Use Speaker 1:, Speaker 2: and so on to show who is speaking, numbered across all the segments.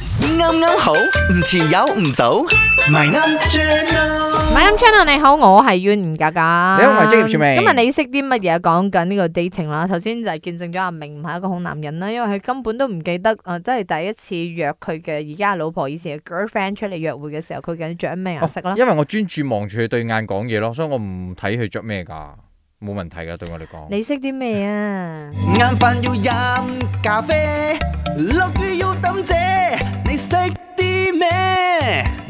Speaker 1: 啱啱好，唔遲有唔早，咪啱 channel。
Speaker 2: My M Channel 你好，我係袁格格。
Speaker 3: 你好我係職業傳媒
Speaker 2: 今日你識啲乜嘢？講緊呢個 dating 啦，頭先就係見證咗阿明唔係一個好男人啦，因為佢根本都唔記得啊，即係第一次約佢嘅而家老婆，以前嘅 girlfriend 出嚟約會嘅時候，佢究竟着咩顏色啦
Speaker 3: 哦？因為我專注望住佢對眼講嘢咯，所以我唔睇佢着咩㗎，冇問題㗎對我嚟講。
Speaker 2: 你識啲咩啊？
Speaker 1: 晏飯要飲咖啡，落雨要抌遮，你識啲咩？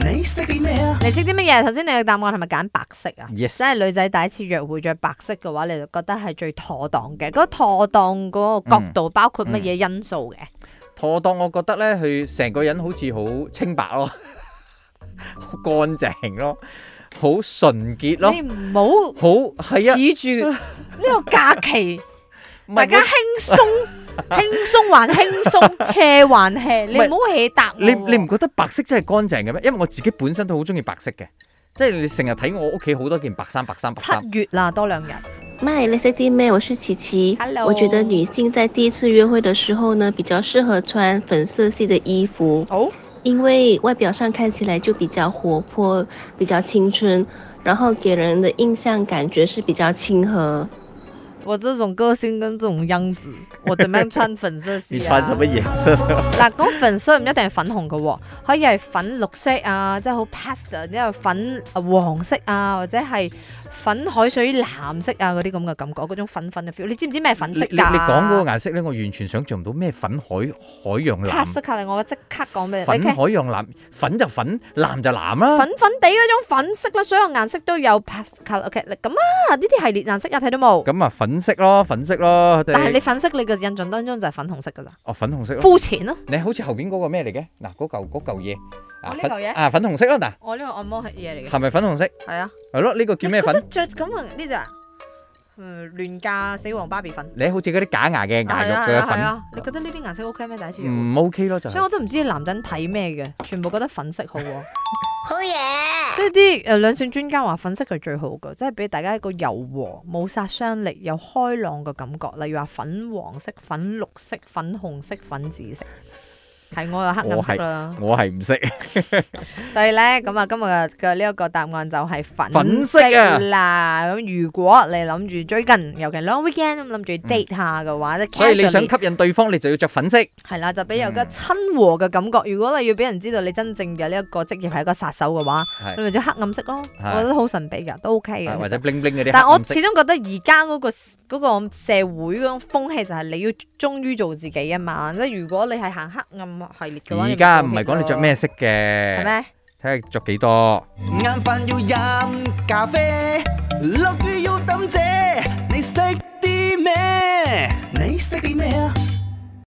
Speaker 1: 你識啲咩啊？
Speaker 2: 你識啲乜嘢？頭先你嘅答案係咪揀白色啊？
Speaker 3: Yes
Speaker 2: 即係女仔第一次約會着白色嘅話，你就覺得係最妥當嘅。嗰、個妥當嗰個角
Speaker 3: 嗯
Speaker 2: 度包括乜嘢因素嘅？
Speaker 3: 妥當，我覺得咧，佢成個人好似好清白咯， 好乾淨咯，好純潔咯
Speaker 2: 你，唔好。
Speaker 3: 好嗯係啊，
Speaker 2: 恃住呢個假期，
Speaker 3: 唔
Speaker 2: 大
Speaker 3: 係
Speaker 2: 家輕鬆， 輕鬆還輕鬆，hea 還 hea，你唔好 hea 答我
Speaker 3: 你你唔覺得白色真係乾淨嘅咩？因為我自己本身都好中意白色嘅，即係你成日睇我屋企好多件白衫、白衫、白衫。
Speaker 2: 七月啦，多兩日，
Speaker 4: 麦 l C D 妹，我是琪琪。
Speaker 2: Hello
Speaker 4: 我觉得女性在第一次约会的时候呢，比较适合穿粉色系的衣服，
Speaker 2: 好
Speaker 4: 因为外表上看起来就比较活泼，比较青春，然后给人的印象感觉是比较亲和。
Speaker 2: 我這種個性跟這種樣子，我點樣穿粉色系
Speaker 3: 你
Speaker 2: 啊？
Speaker 3: 穿什麼顏色？
Speaker 2: 嗱，講粉色唔一定係粉紅嘅喎，可以係粉綠色啊，即係好 pastel，因為粉啊黃色啊，或者係粉海水藍色啊嗰啲咁嘅感覺，嗰種粉粉嘅 feel。你知唔知咩粉
Speaker 3: 你
Speaker 2: 色
Speaker 3: 你
Speaker 2: 㗎？
Speaker 3: 你講嗰個顏色咧，我完全想象唔到咩粉海海洋
Speaker 2: 卡
Speaker 3: 藍
Speaker 2: 色。卡嚟，我即刻講俾你
Speaker 3: 粉
Speaker 2: 聽。
Speaker 3: 海洋藍，粉就粉，藍就藍啦。
Speaker 2: 粉粉地嗰種粉色啦，所有顏色都有 pastel。OK，咁啊，呢啲系列顏色有睇到冇？
Speaker 3: 咁啊，粉色咯，粉色咯，佢哋
Speaker 2: 但係你粉色，你嘅印象當中就係粉紅色噶咋，
Speaker 3: 哦粉紅色咯。
Speaker 2: 膚淺咯。
Speaker 3: 你好似後邊嗰個咩嚟嘅？嗱，嗰嚿嗰嚿嘢啊，
Speaker 2: 哦呢
Speaker 3: 粉
Speaker 2: 嚿嘢
Speaker 3: 啊，粉紅色咯，嗱，
Speaker 2: 我哦呢個按摩係嘢嚟嘅，
Speaker 3: 係咪粉紅色？
Speaker 2: 係啊。
Speaker 3: 係咯，呢個叫咩
Speaker 2: 你覺
Speaker 3: 粉？
Speaker 2: 得着咁啊？呢只嗯亂價死亡芭比粉，
Speaker 3: 你好似嗰啲假牙嘅嗯牙
Speaker 2: 係
Speaker 3: 肉
Speaker 2: 啊係啊係啊
Speaker 3: 嘅！
Speaker 2: 你覺得呢啲顏色 OK 咩？第一次約會
Speaker 3: 粉，唔 OK 咯，就
Speaker 2: 所以
Speaker 3: 係
Speaker 2: 我都唔知男人睇咩嘅，全部覺得粉色好喎。
Speaker 5: 好嘢。
Speaker 2: 即係啲誒兩性專家話粉色係最好嘅，即係俾大家一個柔和、冇殺傷力又開朗嘅感覺。例如話粉黃色、粉綠色、粉紅色、粉紫色。係我有黑暗色啦。
Speaker 3: 我係唔識。
Speaker 2: 所以咧，咁啊，今日嘅呢一個答案就係粉
Speaker 3: 粉
Speaker 2: 色
Speaker 3: 色啊
Speaker 2: 啦。咁如果你諗住最近，尤其 long weekend 咁諗住 date 下嘅話，即係
Speaker 3: 嗯所以你想嗯
Speaker 2: casually
Speaker 3: 吸引對方，你就要着粉色。
Speaker 2: 係啦，就俾有個親和嘅感覺。如果你要俾人知道你真正嘅呢一個職業係一個殺手嘅話，你
Speaker 3: 係
Speaker 2: 咪着黑暗色咯。
Speaker 3: 係
Speaker 2: 我覺得好神秘㗎，都 OK 嘅。
Speaker 3: 或
Speaker 2: 其實
Speaker 3: 者 Ờ, bling bling 嗰啲，
Speaker 2: 但
Speaker 3: 黑
Speaker 2: 我
Speaker 3: 暗色
Speaker 2: 始終覺得而家嗰個嗰個社會嗰種風氣就係你要忠於做自己啊嘛，即係如果你係行黑暗系列嘅話，
Speaker 3: 而家唔係講你着咩
Speaker 2: 色
Speaker 3: 色嘅
Speaker 2: 係，咩？
Speaker 3: 睇下着幾多。
Speaker 1: 晏飯要飲咖啡，落雨